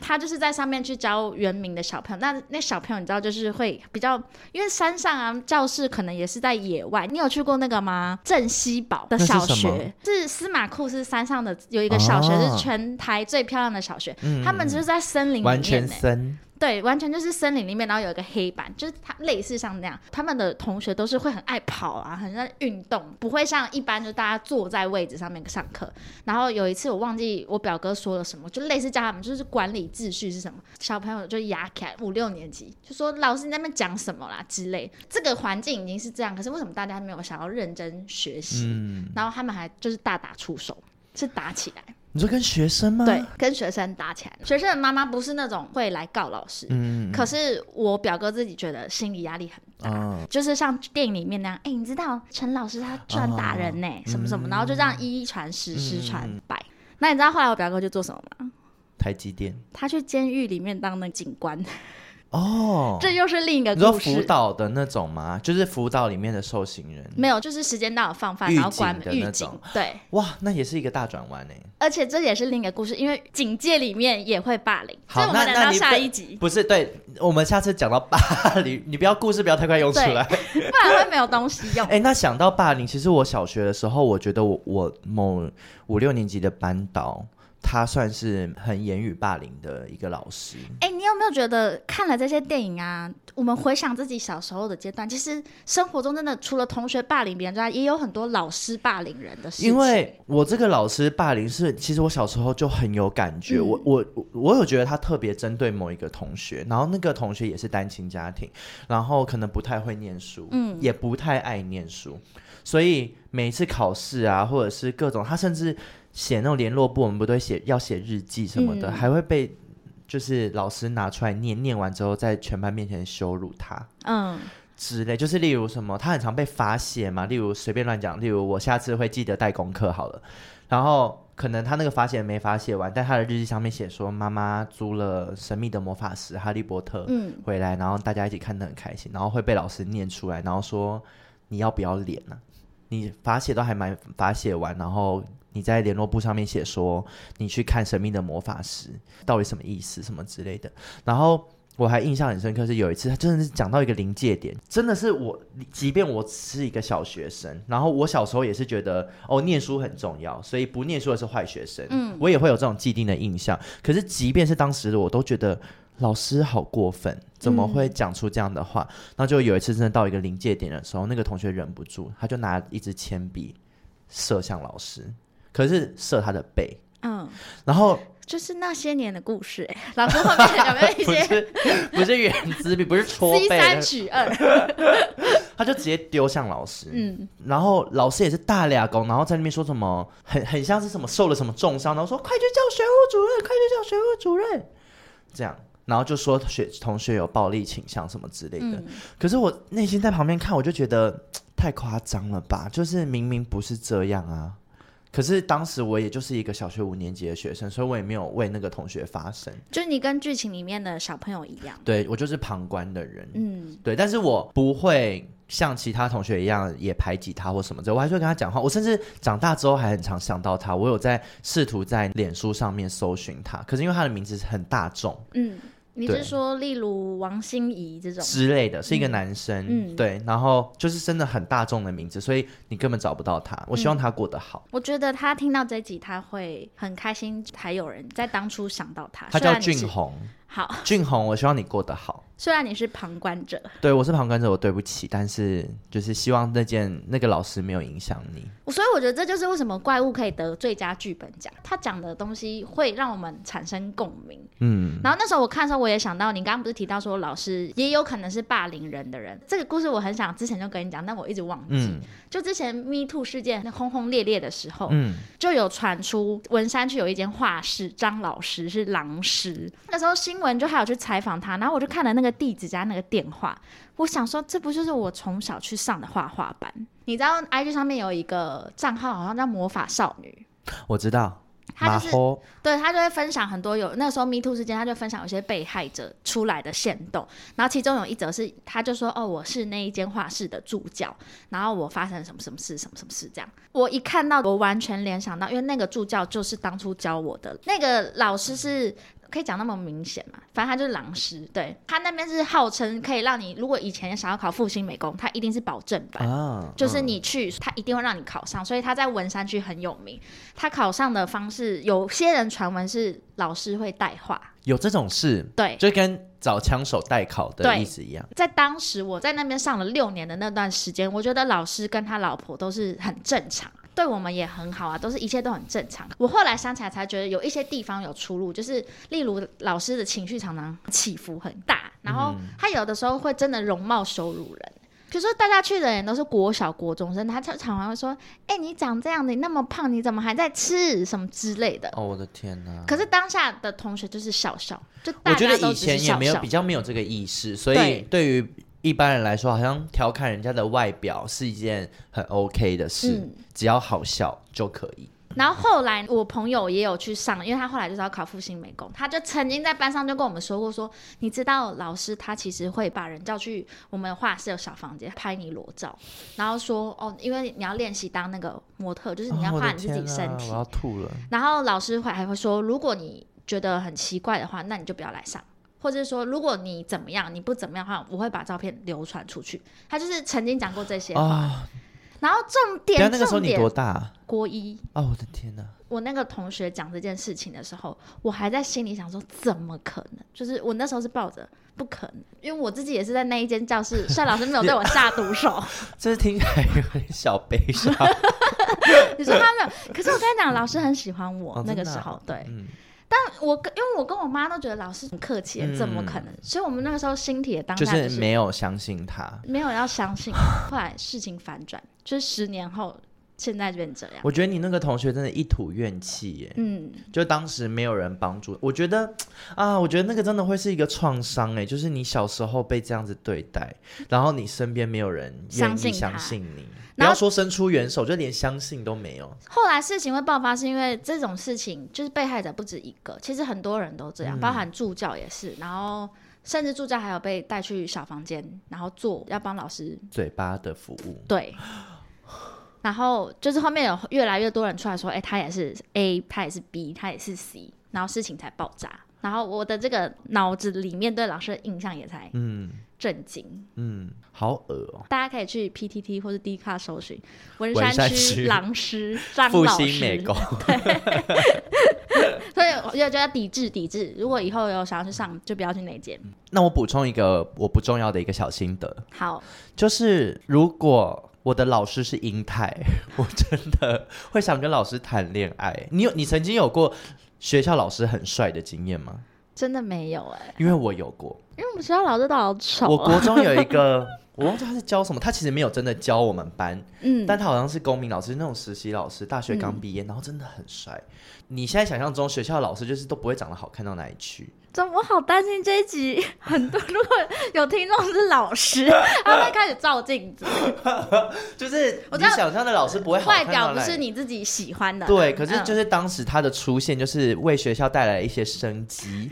C: 他就是在上面去教原民的小朋友。那那小朋友你知道就是会比较，因为山上啊，教室可能也是在野外。你有去过那个吗？镇西堡的
B: 那是
C: 小
B: 什么
C: 学是司马库斯山上的有一个小学，
B: 哦嗯
C: 是全台最漂亮的小学。他们就是在森林里
B: 完全
C: 面、欸，
B: 森，
C: 对，完全就是森林里面，然后有一个黑板，就是他类似像那样，他们的同学都是会很爱跑啊，很爱运动，不会像一般就大家坐在位置上面上课。然后有一次我忘记我表哥说了什么，就类似叫他们就是管理秩序是什么，小朋友就压起来五六年级就说老师你在那边讲什么啦之类，这个环境已经是这样，可是为什么大家没有想要认真学习？
B: 嗯，
C: 然后他们还就是大打出手，是打起来。
B: 你说跟学生吗？
A: 对，嗯跟学生打起来了。学生的妈妈不是那种会来告老师，
B: 嗯，嗯，
A: 可是我表哥自己觉得心理压力很大，
B: 啊，
A: 就是像电影里面那样，哎、你知道陈老师他专打人呢、
B: 啊
A: 什么什么，
B: 嗯
A: 然后就这样一传十，十传百。那你知道后来我表哥去做什么吗？
B: 台积电
A: 他去监狱里面当那警官，
B: 哦，
A: 这又是另一个
B: 你说
A: 故
B: 辅
A: 事。
B: 导的那种吗？就是辅导里面的受刑人。
A: 没有，就是时间到了放饭，
B: 狱
A: 然后关
B: 警的哦
A: 门狱
B: 那
A: 警
B: 种。
A: 对，
B: 哇，那也是一个大转弯呢。欸
A: 而且这也是另一个故事，
B: <laughs>
A: 因为警界里面也会霸凌，所以我
B: 好，那
A: 们等
B: 那
A: 到
B: 你
A: 下
B: 不
A: 一集，
B: 不是对，我们下次讲到霸凌，你不要故事不要太快用出
A: 对
B: 来。
A: 不然会没有东西用。
B: <laughs> 哎、那想到霸凌，其实我小学的时候，我觉得我我某五六年级的班导，他算是很言语霸凌的一个老师。
A: 哎、你有没有觉得看了这些电影啊，我们回想自己小时候的阶段，其实生活中真的除了同学霸凌别人之外，也有很多老师霸凌人的事情。
B: 因为我这个老师霸凌是，其实我小时候就很有感觉，
A: 嗯
B: 我我我我有觉得他特别针对某一个同学，然后那个同学也是单亲家庭，然后可能不太会念书，嗯，也不太爱念书，所以每一次考试啊，或者是各种，他甚至写那种联络簿，我们不都会写要写日记什么的，
A: 嗯
B: 还会被就是老师拿出来念，念完之后在全班面前羞辱他，
A: 嗯，
B: 之类，就是例如什么，他很常被罚写嘛，例如随便乱讲，例如我下次会记得带功课好了，然后可能他那个罚写没罚写完，但他的日记上面写说妈妈租了神秘的魔法石哈利波特，
A: 嗯
B: 回来，然后大家一起看得很开心，然后会被老师念出来，然后说你要不要脸呢、你罚写都还蛮罚写完，然后你在联络簿上面写说你去看神秘的魔法石到底什么意思什么之类的，然后。我还印象很深刻，是有一次他真的是讲到一个临界点，真的是我，即便我是一个小学生，然后我小时候也是觉得哦，念书很重要，所以不念书的是坏学生，嗯，我也会有这种既定的印象。可是即便是当时的我都觉得老师好过分，怎么会讲出这样的话？然后就有一次真的到一个临界点的时候，那个同学忍不住，他就拿一支铅笔射向老师，可是射他的背，
A: 嗯，
B: 然后
A: 就是那些年的故事、 <laughs> 哎，老 <laughs>
B: <laughs>
A: 师后面有没有一
B: 不
A: 些
B: 是 <laughs> 不是原子笔，不是戳
A: C
B: 背
A: 三
B: 的，
A: 取二？ <laughs>
B: 他就直接丢向老师，
A: 嗯，
B: 然后老师也是大俩工，然后在那边说什么很很像是什么受了什么重伤，然后说快去叫学务主任，快去叫学务主任，这样，然后就说学同学有暴力倾向什么之类的。可是我内心在旁边看，我就觉得嘖太夸张了吧，就是明明不是这样啊。可是当时我也就是一个小学五年级的学生，所以我也没有为那个同学发声，
A: 就你跟剧情里面的小朋友一样。
B: 对我就是旁观的人。
A: 嗯，
B: 对，但是我不会像其他同学一样也排挤他或什么的，我还是会跟他讲话。我甚至长大之后还很常想到他，我有在试图在脸书上面搜寻他，可是因为他的名字很大众
A: 嗯，你
B: 对
A: 是说例如王心怡这种？
B: 之类的，是一个男生，
A: 嗯
B: 对，然后就是真的很大众的名字，所以你根本找不到他。我希望
A: 嗯
B: 他过得好。
A: 我觉得他听到这集，他会很开心，还有人在当初想到他。
B: 他
A: 啊虽
B: 叫
A: 然你是
B: 俊宏，
A: 好，
B: 俊宏，我希望你过得好。
A: 虽然你是旁观者，
B: 对我是旁观者，我对不起，但是就是希望那件那个老师没有影响你。
A: 所以我觉得这就是为什么怪物可以得最佳剧本奖，他讲的东西会让我们产生共鸣。
B: 嗯，
A: 然后那时候我看的时候，我也想到你刚刚不是提到说老师也有可能是霸凌人的人，这个故事我很想之前就跟你讲，但我一直忘记。
B: 嗯
A: 就之前 Me Too 事件那轰轰烈烈的时候，
B: 嗯，
A: 就有传出文山区有一间画室，张老师是狼师。那时候新闻就还有去采访他，然后我就看了那个地址加那个电话，我想说这不就是我从小去上的画画班？你知道 IG 上面有一个账号，好像叫魔法少女。
B: 我知道。
A: 他
B: 马
A: 就是
B: 猴
A: 对他就会分享很多有那时候 Me Too 事件，他就分享有些被害者出来的线动，然后其中有一则是他就说哦我是那一间画室的助教，然后我发生了什么什么事什么什么事这样，我一看到我完全联想到，因为那个助教就是当初教我的那个老师是。可以讲那么明显嘛？反正他就是狼师，对他那边是号称可以让你，如果以前想要考复兴美工，他一定是保证版，
B: 啊，
A: 就是你去，他一定会让你考上，所以他在文山区很有名。他考上的方式，有些人传闻是老师会带话，
B: 有这种事，
A: 对。
B: 就跟找枪手代考的
A: 对
B: 意思一样。
A: 在当时我在那边上了六年的那段时间，我觉得老师跟他老婆都是很正常，对我们也很好啊，都是一切都很正常。我后来想起来才觉得有一些地方有出入，就是例如老师的情绪常常起伏很大，然后他有的时候会真的容貌羞辱人。可是大家去的人都是国小、国中生，他常常常会说：“哎、你长这样，你那么胖，你怎么还在吃？什么之类的。
B: 哦，我的天哪！”
A: 可是当下的同学就是笑笑，就大
B: 我觉
A: 家
B: 得
A: 都
B: 以
A: 只是
B: 前也
A: 笑
B: 没有
A: 笑
B: 比。较没有这个意识，所以
A: 对
B: 对于一般人来说，好像调侃人家的外表是一件很 OK 的事，
A: 嗯
B: 只要好笑就可以。
A: 然后后来我朋友也有去上，因为他后来就是要考复兴美工，他就曾经在班上就跟我们说过说，你知道老师他其实会把人叫去我们画室的小房间拍你裸照，然后说哦，因为你要练习当那个模特，就是你要
B: 哦我
A: 画
B: 的
A: 你自己
B: 天
A: 身
B: 哪
A: 体，
B: 我要吐了。
A: 然后老师会还会说，如果你觉得很奇怪的话，那你就不要来上。或者是说，如果你怎么样，你不怎么样的话，我会把照片流传出去。他就是曾经讲过这些话，
B: 啊！
A: 然后重
B: 等一下
A: 点
B: 那个时候
A: 重
B: 你多
A: 点，
B: 大啊？
A: 国一
B: 啊我的天哪！
A: 我那个同学讲这件事情的时候，我还在心里想说，怎么可能？就是我那时候是抱着不可能，因为我自己也是在那一间教
B: <laughs>
A: 室，帅老师没有对我下毒手。
B: 这是听起来有点小悲
A: <laughs>
B: 伤。
A: 你说他没有，可是我跟你讲，老师很喜欢我、
B: 哦
A: 那个
B: 真的
A: 时
B: 啊
A: 候，对。
B: 嗯，
A: 但我跟因为我跟我妈都觉得老师很客气，
B: 嗯
A: 怎么可能？所以我们那个时候心体也当
B: 就
A: 下就是
B: 没有相信他。
A: 没有要相信。后来事情反转，就是十年后，现在变这样。
B: 我觉得你那个同学真的一吐怨气耶，
A: 嗯，
B: 就当时没有人帮助，我觉得啊，我觉得那个真的会是一个创伤哎，就是你小时候被这样子对待，然后你身边没有人愿
A: 相
B: 意
A: 信他
B: 相信你，不
A: 然后
B: 要说伸出援手，就连相信都没有。
A: 后来事情会爆发，是因为这种事情就是被害者不止一个，其实很多人都这
B: 嗯
A: 样，包含助教也是，然后甚至助教还有被带去小房间，然后做要帮老师
B: 嘴巴的服务，
A: 对。然后就是后面有越来越多人出来说，哎、他也是 A，他也是 B，他也是 C，然后事情才爆炸。然后我的这个脑子里面对老师的印象也才
B: 嗯
A: 震惊。
B: 嗯，好恶哦、
A: 大家可以去 PTT 或是 D 卡搜寻文
B: 文山
A: 山
B: 区
A: 区狼师张
B: 复
A: 老
B: 兴
A: 师，
B: 美工，
A: <laughs> 所以我就觉得抵制抵制。如果以后有想要去上，就不要去那间。
B: <laughs> 那我补充一个我不重要的一个小心得，
A: 好，
B: 就是如果我的老师是英泰， <laughs> 我真的会想跟老师谈恋爱。你有你曾经有过学校老师很帅的经验吗？
A: 真的没有哎、
B: 因为我有过，
A: 因为我们学校老师都好丑、啊
B: 我国中有一
A: <laughs>
B: 个，我忘记他是教什么，他其实没有真的教我们班，
A: 嗯，
B: 但他好像是公民老师那种实习老师，大学刚毕业，然后真的很帅。你现在想象中学校老师就是都不会长得好看到哪里去，
A: 怎么我好担心这一集很多，如果有听众是老师， <laughs> 他会开始照镜子，
B: 就是
A: 我
B: 你
A: 知道
B: 想象的老师不会好
A: 外
B: 看到
A: 表不
B: 哪里
A: 是你自己喜欢的。
B: 对，可是
A: 嗯
B: 就是当时他的出现，就是为学校带来一些生机。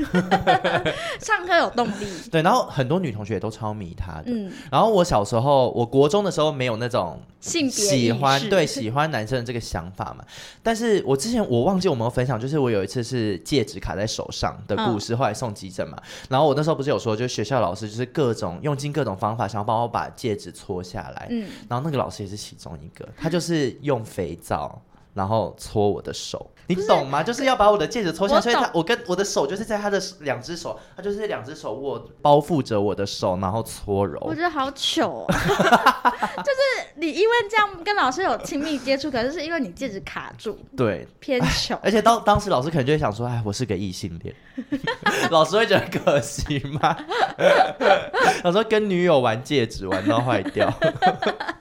A: 上课有动力。
B: 对，然后很多女同学也都超迷他的。
A: 嗯，
B: 然后我小时候，我国中的时候没有那种
A: 性别
B: 喜欢
A: 意识
B: 对喜欢男生的这个想法嘛。但是我之前我忘记我们有分享，就是我有一次是戒指卡在手上的故事，后来送急诊嘛。然后我那时候不是有说，就是学校老师就是各种用尽各种方法，想要帮我把戒指搓下来。
A: 嗯
B: 然后那个老师也是其中一个，他就是用肥皂。然后搓我的手，你懂吗？就是要把我的戒指搓下，
A: 我
B: 所以他
A: 懂
B: 我跟我的手就是在他的两只手，他就是两只手握包覆着我的手，然后搓揉
A: 我。觉得好糗、
B: <laughs>
A: 哦，就是你因为这样跟老师有亲密接触，可是是因为你戒指卡住，
B: 对，
A: 偏
B: <laughs>
A: 糗。
B: 而且当当时老师可能就会想说，哎，我是个异
A: <laughs>
B: 性恋，老师会觉得可惜吗？他说跟女友玩戒指玩到坏掉， <laughs>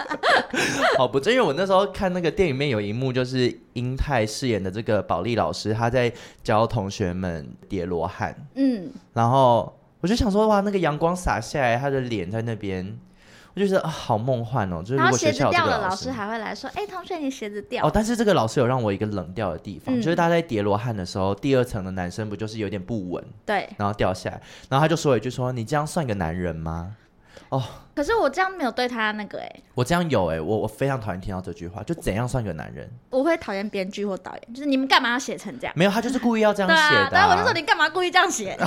B: 好不，因为我那时候看那个电影里面有一幕，就是英泰饰演的这个保利老师，他在教同学们叠罗汉，
A: 嗯，
B: 然后我就想说，哇，那个阳光洒下来，他的脸在那边，我就觉得、啊、好梦幻哦，就是如
A: 然后
B: 果
A: 鞋
B: 学
A: 子
B: 校有这
A: 掉
B: 个
A: 了，
B: 老
A: 老
B: 师
A: 师。还会来说：“哎、同学，你鞋子掉。
B: 哦，但是这个老师有让我一个冷掉的地方，
A: 嗯
B: 就是他在叠罗汉的时候，第二层的男生不就是有点不稳，
A: 对，
B: 然后掉下来，然后他就说了一句说：“你这样算个男人吗
A: 可是我这样没有对他那个哎、？”
B: 我这样有哎、我我非常讨厌听到这句话，就怎样算个男人？
A: 我会讨厌编剧或导演，就是你们干嘛要写成这样？
B: 没有，他就是故意要这样
A: 啊对啊，
B: 嗯写的、
A: 对啊，我就说你干嘛故意这样写？ <laughs> 应该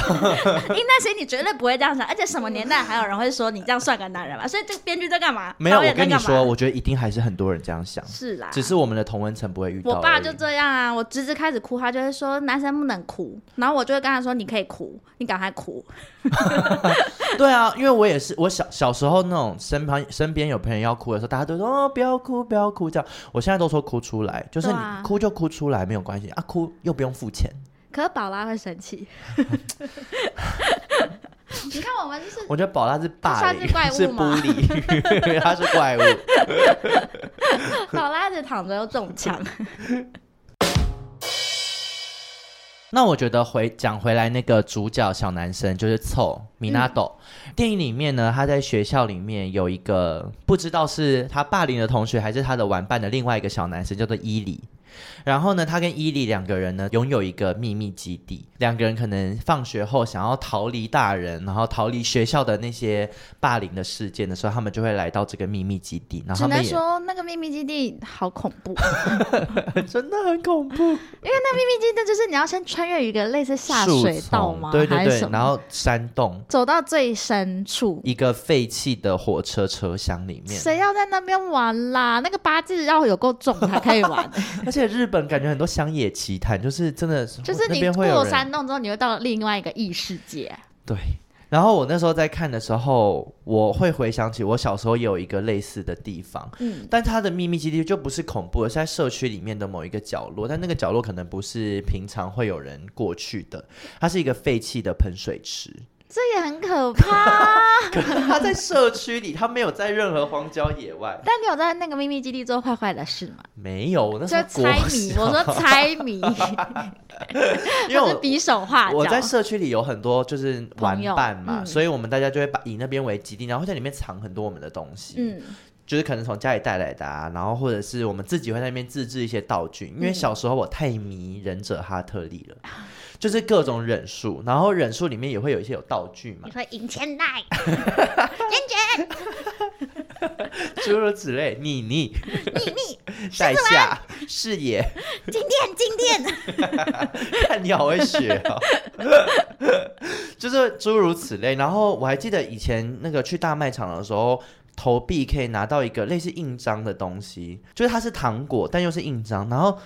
A: 写你绝对不会这样想，而且什么年代还有人会说你这样算个男人嘛？所以这个编剧在干嘛？
B: 没有，
A: 导
B: 我
A: 演在
B: 跟你
A: 干嘛
B: 说，我觉得一定还是很多人这样想，
A: 是啦，
B: 只是我们的同文层不会遇到而已。
A: 我爸就这样啊，我侄子开始哭，他就会说男生不能哭，然后我就会跟他说你可以哭，你赶快哭。
B: <laughs> 对啊，因为我也是，我小小时候那种身旁身边有朋友要哭的时候，大家都说哦不要哭不要哭这样，我现在都说哭出来，就是
A: 对
B: 你
A: 啊
B: 哭就哭出来没有关系啊，哭又不用付钱。
A: 可是宝拉会生气，你看我们就是
B: 我觉得宝拉是霸
A: 他算
B: 凌
A: 是怪，物
B: 是
A: 吗
B: 玻璃 <laughs> 鱼，他是怪物。
A: 老拉着躺着又中
B: <laughs>
A: 枪，
B: 那我觉得回讲回来，那个主角小男生就是凑米
A: 嗯
B: 纳斗。电影里面呢，他在学校里面有一个不知道是他霸凌的同学，还是他的玩伴的另外一个小男生，叫做伊里。然后呢，他跟伊里两个人呢，拥有一个秘密基地。两个人可能放学后想要逃离大人，然后逃离学校的那些霸凌的事件的时候，他们就会来到这个秘密基地。然
A: 只
B: 后他
A: 能
B: 们也
A: 说那个秘密基地好恐怖。 <laughs>
B: <laughs> 真的很恐怖，
A: 秘密基地就是你要先穿越一个类似下水道吗？
B: <laughs> 对
A: 还
B: 对
A: 是
B: 对
A: 什，么？
B: 然后山洞。
A: 走到最深处，
B: 一个废弃的火车车厢里
A: <laughs>
B: 面，
A: 谁要在那边玩啦？那个八字要有够重才可以
B: <laughs>
A: 玩，
B: 而且日本感觉很多乡野奇谈，就是真的是，
A: 就是
B: 那
A: 你
B: 边会有
A: 过
B: 人
A: 山洞之后，你会到另外一个异世界。
B: 对。然后我那时候在看的时候，我会回想起我小时候也有一个类似的地方，
A: 嗯
B: 但它的秘密基地就不是恐怖的，是在社区里面的某一个角落，但那个角落可能不是平常会有人过去的，它是一个废弃的喷水池， <laughs>
A: 这也很可怕。啊
B: 可是它在社区里，它没有在任何荒郊野外，
A: 但你有在那个秘密基地做坏坏的事吗？
B: 没有，我那时
A: 就
B: 候国
A: 猜谜，
B: 小
A: 我说猜谜，
B: <laughs> 因为
A: 或
B: 我
A: 是比手画脚
B: 我。在社区里有很多就是玩伴嘛，
A: 朋友嗯
B: 所以我们大家就会把以那边为基地，然后会在里面藏很多我们的东西，
A: 嗯，
B: 就是可能从家里带来的啊，然后或者是我们自己会在那边自制一些道具。
A: 嗯
B: 因为小时候我太迷忍者哈特利了，就是各种忍术，然后忍术里面也会有一些有道具嘛
A: 你，会赢千
B: <laughs>
A: 奈，
B: <laughs> 诸如此类，
A: <laughs>
B: 你你你 <laughs> 你在下视
A: <laughs>
B: 野，
A: 静电静电，
B: <laughs>
A: <laughs>
B: 看你好会学哦， <laughs> 就是诸如此类。然后我还记得以前那个去大卖场的时候，投币可以拿到一个类似印章的东西，就是它是糖果，但又是印章。然后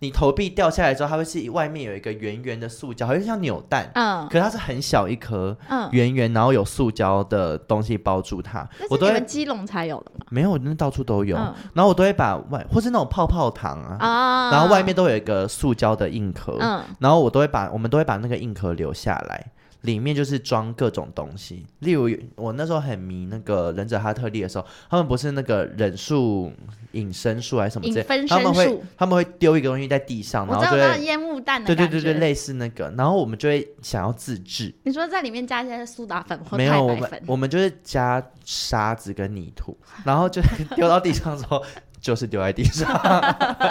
B: 你投币掉下来之后，它会是外面有一个圆圆的塑胶，好像像扭蛋，
A: 嗯
B: 可是它是很小一颗。
A: 嗯，
B: 圆圆，然后有塑胶的东西包住它，
A: 那
B: 我
A: 是
B: 都
A: 你
B: 会
A: 们基隆才有的吗？
B: 没有，那到处都有。
A: 嗯
B: 然后我都会把外，或是那种泡泡糖啊，
A: 啊
B: 然后外面都有一个塑胶的硬壳，
A: 嗯
B: 然后我都会把我们都会把那个硬壳留下来，里面就是装各种东西。例如我那时候很迷那个忍者哈特利的时候，他们不是那个忍术、隐身术还是什么之
A: 引
B: 类，
A: 分
B: 他
A: 身
B: 们会
A: 术，
B: 他们会丢一个东西在地上，
A: 我
B: 然后
A: 知道
B: 就
A: 那
B: 会
A: 烟雾弹的啊
B: 对对
A: 感觉。
B: 对对，类似那个，然后我们就会想要自制。
A: 你说在里面加一些苏打粉或
B: 没有，我
A: 太白
B: 们
A: 粉，
B: 我们就是加沙子跟泥土，然后就丢到地上之后，就是丢在地上， <laughs>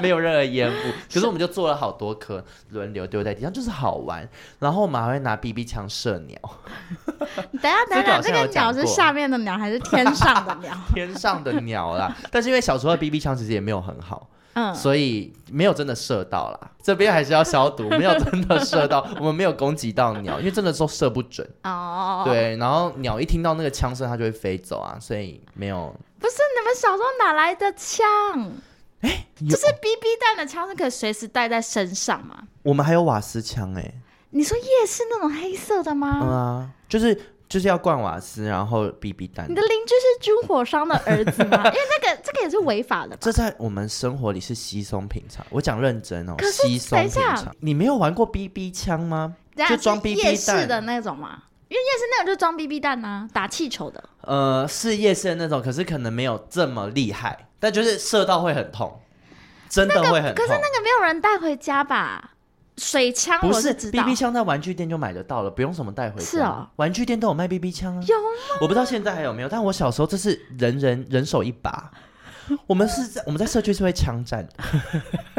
B: 没有任何烟雾。可是我们就做了好多颗，轮流丢在地上，就是好玩。然后我们还会拿 BB 枪射鸟，
A: <laughs> 等一下等一下，
B: 这
A: 这
B: 个
A: 个
B: 好像有
A: 鸟
B: 讲
A: 是
B: 过
A: 下面的鸟还是天上的 <laughs> 鸟？
B: 天上的鸟啦。但是因为小时候的 BB 枪其实也没有很好，
A: 嗯，
B: 所以没有真的射到啦。这边还是要消毒，没有真的射到， <laughs> 我们没有攻击到鸟，因为真的都射不准。
A: 哦，，
B: 对，然后鸟一听到那个枪声，它就会飞走啊，所以没有。
A: 不是你们小时候哪来的枪？
B: 有
A: 就是 BB 弹的枪是可以随时带在身上嘛？
B: 我们还有瓦斯枪哎、
A: 你说夜市那种黑色的
B: 嗯
A: 吗？
B: 啊，就是就是要灌瓦斯，然后 BB 弹
A: 你。的邻居是军火商的儿子
B: <laughs>
A: 吗？因为那个这个也是违法的吧。
B: 这在我们生活里是稀松平常，我讲认真哦，
A: 可是
B: 稀松
A: 等一
B: 平
A: 下
B: 常。你没有玩过 BB 枪吗？
A: 等下
B: 就装
A: 是
B: BB
A: 夜市
B: 弹
A: 的那种嘛？因为夜市那种就是装 BB 弹呐、打气球的。
B: 呃，是夜市的那种，可是可能没有这么厉害，但就是射到会很痛，真的会很痛。
A: 可是那个没有人带回家吧？水枪
B: 不
A: 我
B: 是
A: 知道
B: BB 枪，在玩具店就买得到了，不用什么带回家。
A: 是哦
B: 玩具店都有卖 BB 枪啊。
A: 有
B: 我不知道现在还有没有，但我小时候这是人人人手一把。我们是在我们在社区是会枪战
A: <laughs>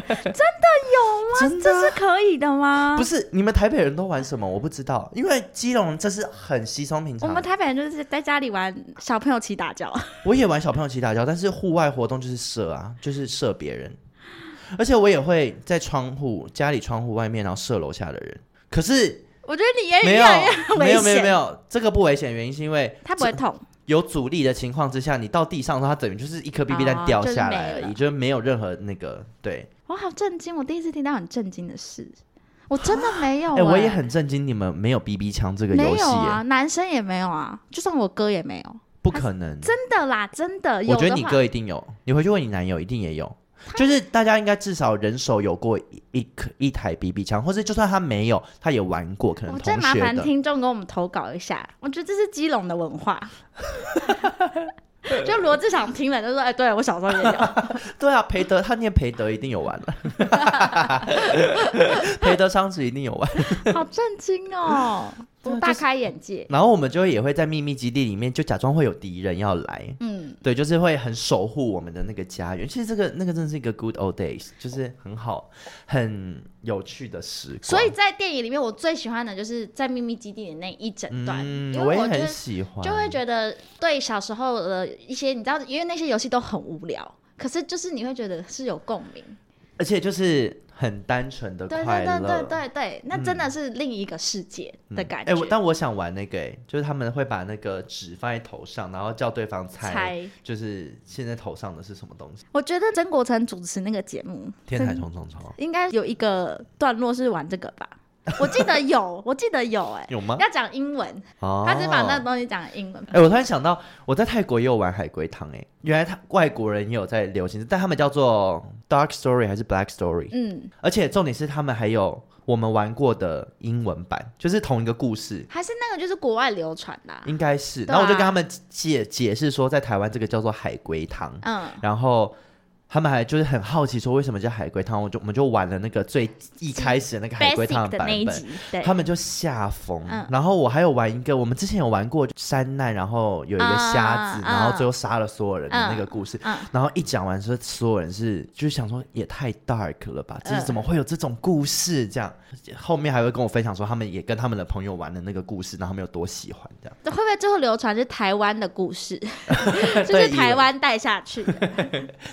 B: 的，真的有吗？真的
A: 这
B: 啊、
A: 是可以的吗？
B: 不是你们台北人都玩什么？我不知道，因为基隆这是很稀松平
A: 我
B: 常。
A: 们台北人就是在家里玩小朋友骑打架，
B: 我也玩小朋友骑打跤，但是户外活动就是射啊，就是射别人，而且我也会在窗户家里窗户外面，然后射楼下的人。可是
A: 我觉得你也
B: 没
A: 哎越来越
B: 有
A: 危
B: 没有没有没
A: 险。
B: 有，这个不危险，原因是因为
A: 他不会痛，
B: 有阻力的情况之下，你到地上的时候，它等于就是一颗 BB 弹
A: 哦
B: 掉
A: 就是
B: 下
A: 没
B: 来而已，
A: 了
B: 就是没有任何那个对。
A: 我好震惊，我第一次听到很震惊的事，我真的没有、
B: 哎、
A: 欸
B: 我也很震惊，你们没有 BB 枪这个游
A: 没
B: 戏、
A: 有
B: 耶，
A: 啊，男生也没有啊，就算我哥也没有，
B: 不可能。
A: 真的啦，真的。有
B: 我
A: 的
B: 觉
A: 话
B: 得你哥一定有，你回去问你男友，一定也有。就是大家应该至少人手有过一一颗一台 BB 枪，或者就算他没有，他也玩过，可能
A: 我
B: 同
A: 真哦麻
B: 学
A: 烦
B: 的。
A: 听众给我们投稿一下，我觉得这是基隆的文化。就罗志祥听了就说：“哎、对我小时候也有。
B: 对啊，培德他念培德一定有玩
A: <laughs>
B: 了， <laughs> 培德商子一定有玩。”
A: 好震惊 <laughs> 哦，
B: 对啊
A: 大
B: <laughs> 就是
A: 开眼界。
B: 然后我们就也会在秘密基地里面就假装会有敌人要来，
A: 嗯，
B: 对，就是会很守护我们的那个家园。其实这个那个真的是一个 good old days，就是很好、很有趣的时光。
A: 所以在电影里面，我最喜欢的就是在秘密基地的那一整段，
B: 嗯，
A: 因
B: 我
A: 为
B: 也
A: 我就
B: 很
A: 是
B: 喜欢，
A: 就会觉得对小时候的一些，你知道，因为那些游戏都很无聊，可是就是你会觉得是有共鸣。
B: 而且就是很单纯的
A: 对
B: 快
A: 对
B: 乐。
A: 对对对对，那真的是另一个世界的感觉。
B: 哎、我但我想玩那个、哎，就是他们会把那个纸放在头上，然后叫对方猜，
A: 猜
B: 就是现在头上的是什么东西。
A: 我觉得曾国成主持那个节目，
B: 天才冲冲冲，
A: 应该有一个段落是玩这个 <laughs> 吧？我记得有，我记得有、哎，
B: 有吗？
A: 要讲英文，
B: 啊哦，
A: 他只把那个东西讲英文。
B: 哎、我突然想到，我在泰国也有玩海龟汤哎，原来他外国人也有在流行，但他们叫做 dark story 还是 black story，、
A: 嗯，
B: 而且重点是他们还有我们玩过的英文版，就是同一个故事，
A: 还是那个就是国外流传的啊、
B: 应该是。
A: 对啊
B: 然后我就跟他们解解释说，在台湾这个叫做海龟汤，
A: 嗯，
B: 然后。他们还就是很好奇说为什么叫海龟汤，我就我们就玩了那个最一开始的那个海龟汤
A: basic 的
B: 版
A: 那一
B: 本，
A: 集，对，
B: 他们就吓疯。
A: 哎嗯
B: 然后我还有玩一个，我们之前有玩过山难，然后有一个瞎
A: 啊
B: 子，然后最后杀了所有人的那个故事。
A: 嗯嗯
B: 然后一讲完之后，所有人是就是想说也太 dark 了吧，
A: 嗯
B: 这是怎么会有这种故事？这样后面还会跟我分享说，他们也跟他们的朋友玩的那个故事，然后他们有多喜欢这样。
A: 会不会最后流传是台湾的故事， <laughs> 就
B: <laughs> 对
A: 是台湾带下去
B: <laughs>
A: 的？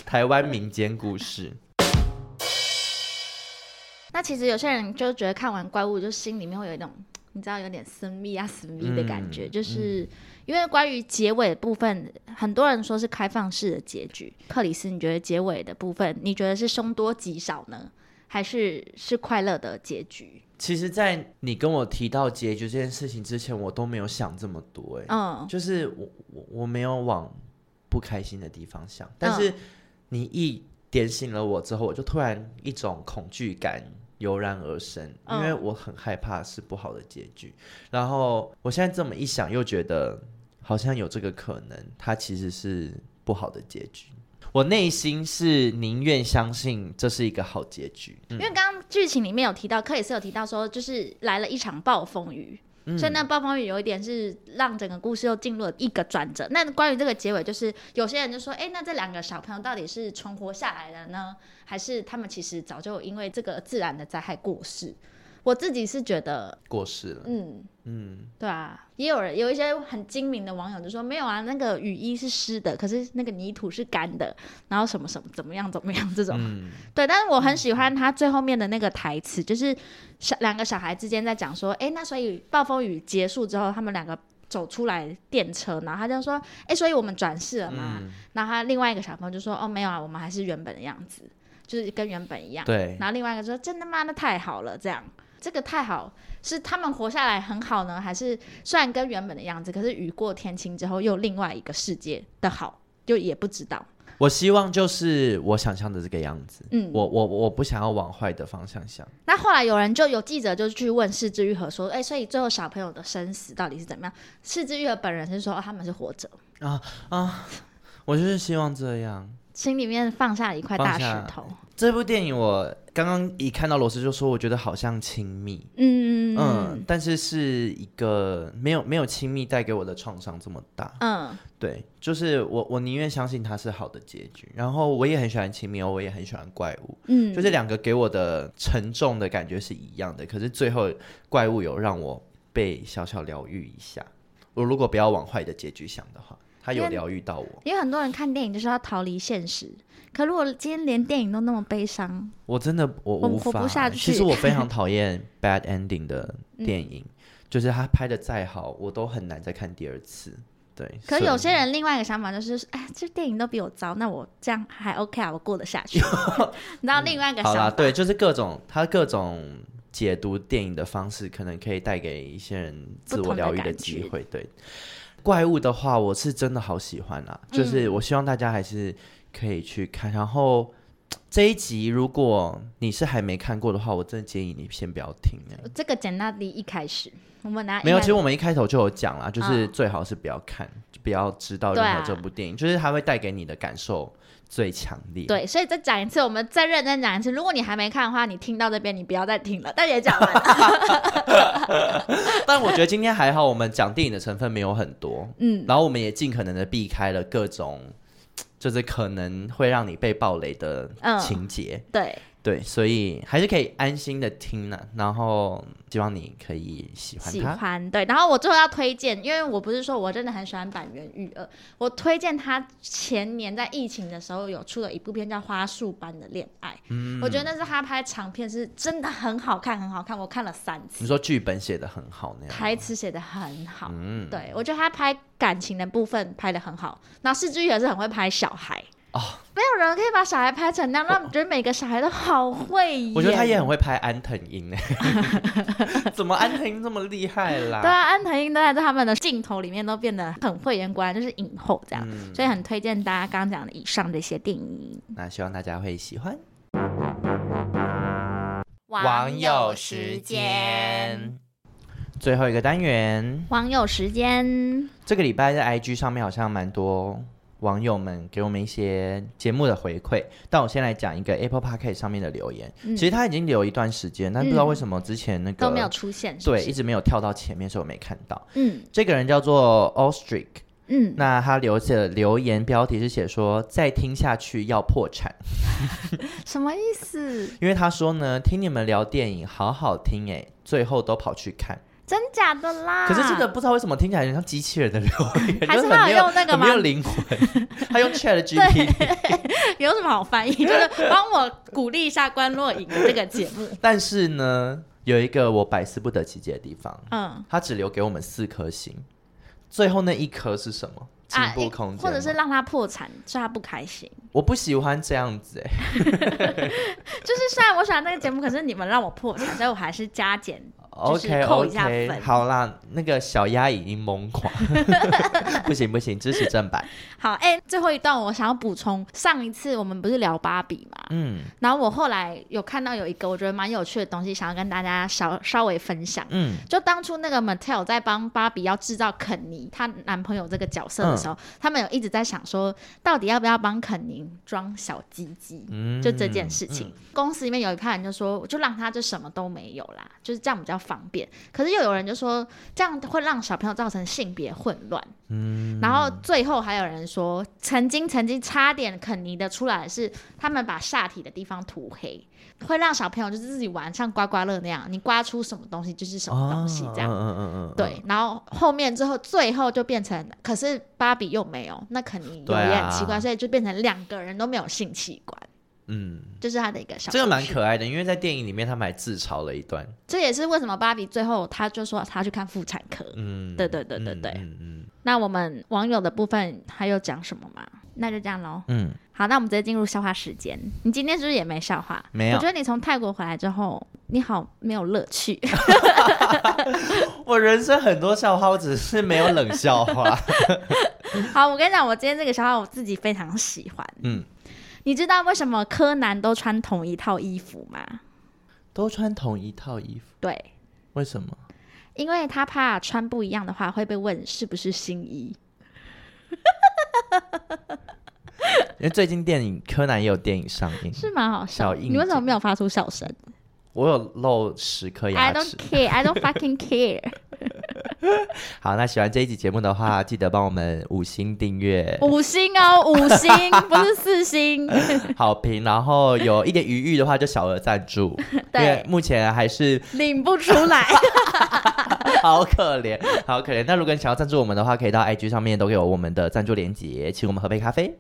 B: 台湾民间故事，
A: 那其实有些人就觉得看完怪物，就心里面会有一种。你知道有点神秘啊神秘的感觉，
B: 嗯
A: 就是因为关于结尾的部分，很多人说是开放式的结局。克里斯，你觉得结尾的部分，你觉得是凶多吉少呢，还是是快乐的结局？
B: 其实，在你跟我提到结局这件事情之前，我都没有想这么多、哎、
A: 嗯
B: 就是我我我没有往不开心的地方想，但
A: 嗯
B: 是你一点醒了我之后，我就突然一种恐惧感油然而生，因
A: 嗯
B: 为我很害怕是不好的结局。然后我现在这么一想，又觉得好像有这个可能，它其实是不好的结局。我内心是宁愿相信这是一个好结局，
A: 因
B: 嗯
A: 为刚刚剧情里面有提到，克里斯有提到说，就是来了一场暴风雨，所以那暴风雨有一点是让整个故事又进入了一个转折。那关于这个结尾，就是有些人就说，哎、那这两个小朋友到底是存活下来的呢，还是他们其实早就因为这个自然的灾害过世？我自己是觉得，
B: 过世了。
A: 嗯，
B: 嗯，
A: 对啊，也有人有一些很精明的网友就说，没有啊，那个雨衣是湿的，可是那个泥土是干的，然后什么什么怎么样怎么样这种。
B: 嗯，
A: 对，但是我很喜欢他最后面的那个台词，就是小两个小孩之间在讲说，诶，那所以暴风雨结束之后，他们两个走出来电车，然后他就说，诶，所以我们转世了嘛。然后他另外一个小朋友就说，哦，没有啊，我们还是原本的样子，就是跟原本一样。
B: 对，
A: 然后另外一个说，真的吗？那太好了，这样这个太好，是他们活下来很好呢，还是虽然跟原本的样子，可是雨过天晴之后又另外一个世界的好，就也不知道。
B: 我希望就是我想象的这个样子。
A: 嗯
B: 我我我不想要往坏的方向想。
A: 那后来有人就有记者就去问释之愈合说，哎、所以最后小朋友的生死到底是怎么样？释之愈合本人是说、哦、他们是活着，
B: 我就是希望这样。
A: 心里面放下了一块大
B: 放下
A: 石头。
B: 这部电影我刚刚一看到罗斯就说，我觉得好像亲密，
A: 嗯
B: 嗯
A: 嗯，
B: 但是是一个没有没有亲密带给我的创伤这么大。
A: 嗯，
B: 对，就是我我宁愿相信它是好的结局。然后我也很喜欢亲密，哦，我也很喜欢怪物，
A: 嗯
B: 就这两个给我的沉重的感觉是一样的。可是最后怪物有让我被小小疗愈一下。我如果不要往坏的结局想的话，它有
A: 因为
B: 疗愈到我。
A: 因为很多人看电影就是要逃离现实，可如果今天连电影都那么悲伤，
B: 我真的我
A: 我
B: 无
A: 活
B: 法
A: 不下
B: 欸其实
A: 去嗯
B: 我非常讨厌 bad ending
A: <laughs>
B: 的电影，就是他拍的再好，我都很难再看第二次。对，
A: 可
B: 所以
A: 有些人另外一个想法就是，哎，这电影都比我糟，那我这样还 OK 啊，我过得下
B: <laughs>
A: 去。你知道另外一个
B: 嗯好
A: 想
B: 啦，
A: 法，
B: 对，就是各种他各种解读电影的方式，可能可以带给一些人自我疗愈的机会。对，怪物的
A: 嗯
B: 话，我是真的好喜欢啊，就是我希望大家还是可以去看，然后。这一集如果你是还没看过的话，我真的建议你先不要听、哎
A: 这个简大迪一开始我们拿
B: 没有，其实
A: 实
B: 我们一开头就有讲啦，就是
A: 嗯
B: 最好是不要看，就不要知道
A: 对
B: 任
A: 啊
B: 何这部电影，就是它会带给你的感受最强烈。，
A: 对，所以再讲一次，我们再认真讲一次。如果你还没看的话，你听到这边你不要再听了，但也讲完
B: <laughs>
A: 了。
B: 但我觉得今天还好，我们讲电影的成分没有很多，
A: 嗯，
B: 然后我们也尽可能的避开了各种，就是可能会让你被暴雷的
A: 嗯
B: 情节。
A: 对，
B: 对，所以还是可以安心的听呢、然后希望你可以喜欢
A: 喜
B: 它。
A: 欢对。然后我最后要推荐，因为我不是说我真的很喜欢板垣育二，我推荐他前年在疫情的时候有出了一部片叫《花束般的恋爱》，
B: 嗯
A: 我觉得那是他拍长片是真的很好看，很好看，我看了三次
B: 你。说剧本写的很好那样吗，
A: 台词写的很好，
B: 嗯
A: 对我觉得他拍感情的部分拍的很好，然后四之玉也是很会拍小孩
B: 哦
A: 没有人可以把小孩拍成那样，让我觉得每个小孩都好会演。
B: 我觉得他也很会拍安藤
A: <laughs>
B: 樱哎， <laughs> 怎么安藤樱这么厉害啦？
A: 对啊，安藤英都在他们的镜头里面都变得很会演，果然就是影后这样，
B: 嗯
A: 所以很推荐大家刚刚讲的以上这些电影。
B: 那希望大家会喜欢。
D: 网友时间。
B: 最后一个单元，
A: 网友时间，
B: 这个礼拜在 IG 上面好像蛮多网友们给我们一些节目的回馈，但我先来讲一个 Apple p o d c a s t 上面的留言。其实他已经留一段时间，但不知道为什么之前那个、
A: 嗯都没有出现，是不
B: 对，
A: 是
B: 一直没有跳到前面，所以我没看到。
A: 嗯
B: 这个人叫做 Ostrick，
A: 嗯，
B: 那他留写的留言标题是写说再听下去要破产，
A: 什么意思？
B: 因为他说呢，听你们聊电影好好听诶、最后都跑去看。
A: 真假的啦？
B: 可是这个不知道为什么听起来很像机器人的留言，
A: 啊还是
B: 就
A: 他有
B: 很没有
A: 用那个
B: 很没
A: 吗
B: 有灵魂， <laughs>
A: <laughs>
B: 他用 Chat GPT。
A: 有什么好
B: <laughs>
A: 翻译？就是帮我鼓励一下关若颖的这个节
B: <laughs>
A: 目。
B: 但是呢，有一个我百思不得其解的地方，
A: 嗯
B: 他只留给我们四颗星，最后那一颗是什么？进
A: 啊，
B: 步空间吗、
A: 或者是让他破产，所以他不开心。
B: 我不喜欢这样子、欸，
A: 就是虽然我喜欢那个节目，可是你们让我破产，所以我还是加减。就是
B: OK
A: 扣一下分
B: OK，好啦，那个小鸭已经懵
A: <laughs>
B: 垮， <laughs> 不行不行，支持正版。
A: 好，哎、最后一段我想要补充，上一次我们不是聊芭比嘛？
B: 嗯
A: 然后我后来有看到有一个我觉得蛮有趣的东西，想要跟大家稍稍微分享。
B: 嗯，
A: 就当初那个 Mattel 在帮芭比要制造肯尼她男朋友这个角色的时
B: 嗯
A: 候，他们有一直在想说，到底要不要帮肯尼装小鸡鸡？
B: 嗯
A: 就这件事情，公司里面有一派人就说，我就让他就什么都没有啦，就是这样比较方便。可是又有人就说，这样会让小朋友造成性别混乱。嗯，然后最后还有人说，曾经曾经差点肯尼的出来的是，他们把下体的地方涂黑，会让小朋友就是自己玩像刮刮乐那样，你刮出什么东西就是什么东西这样。
B: 哦嗯嗯嗯嗯，
A: 对，然后后面之后最后就变成，可是芭比又没有，那肯尼有
B: 对
A: 也
B: 啊
A: 很奇怪，所以就变成两个人都没有性器官。
B: 嗯，
A: 就是他的一个小故事。
B: 这个蛮可爱的，因为在电影里面他们还自嘲了一段。
A: 这也是为什么芭比最后他就说他去看妇产科。
B: 嗯，
A: 对对对对对
B: 嗯嗯
A: 那我们网友的部分还有讲什么吗？那就这样喽。
B: 嗯，嗯
A: 好，那我们直接进入笑话时间。你今天是不是也没笑话？
B: 没有
A: 我觉得你从泰国回来之后，你好没有乐趣。 <laughs>
B: 我人生很多笑话，我只是没有冷笑话。
A: 好，我跟你讲，我今天这个笑话我自己非常喜欢。
B: <laughs> 嗯，
A: 你知道为什么柯南都穿同一套衣服吗？
B: 都穿同一套衣服，
A: 对，
B: 为什么？
A: 因为他怕穿不一样的话会被问是不是新衣。
B: 因为最近电影柯南也有电影上映，
A: 是蛮好笑
B: 小
A: 的。
B: 应景
A: 你为什么没有发出笑声？
B: 我有露十颗
A: I
B: 牙
A: don't
B: 齿。
A: care, I don't fucking care 。
B: 好，那喜欢这一集节目的话，记得帮我们五星订阅、
A: 五星哦，五星不是四星。
B: 好评，然后有一点余裕的话就小额赞助，因
A: <laughs> 对
B: 为目前还是
A: 领不出来。
B: 好可怜，好可怜。那如果你想要赞助我们的话，可以到 IG 上面都有我们的赞助链接，请我们喝杯咖啡。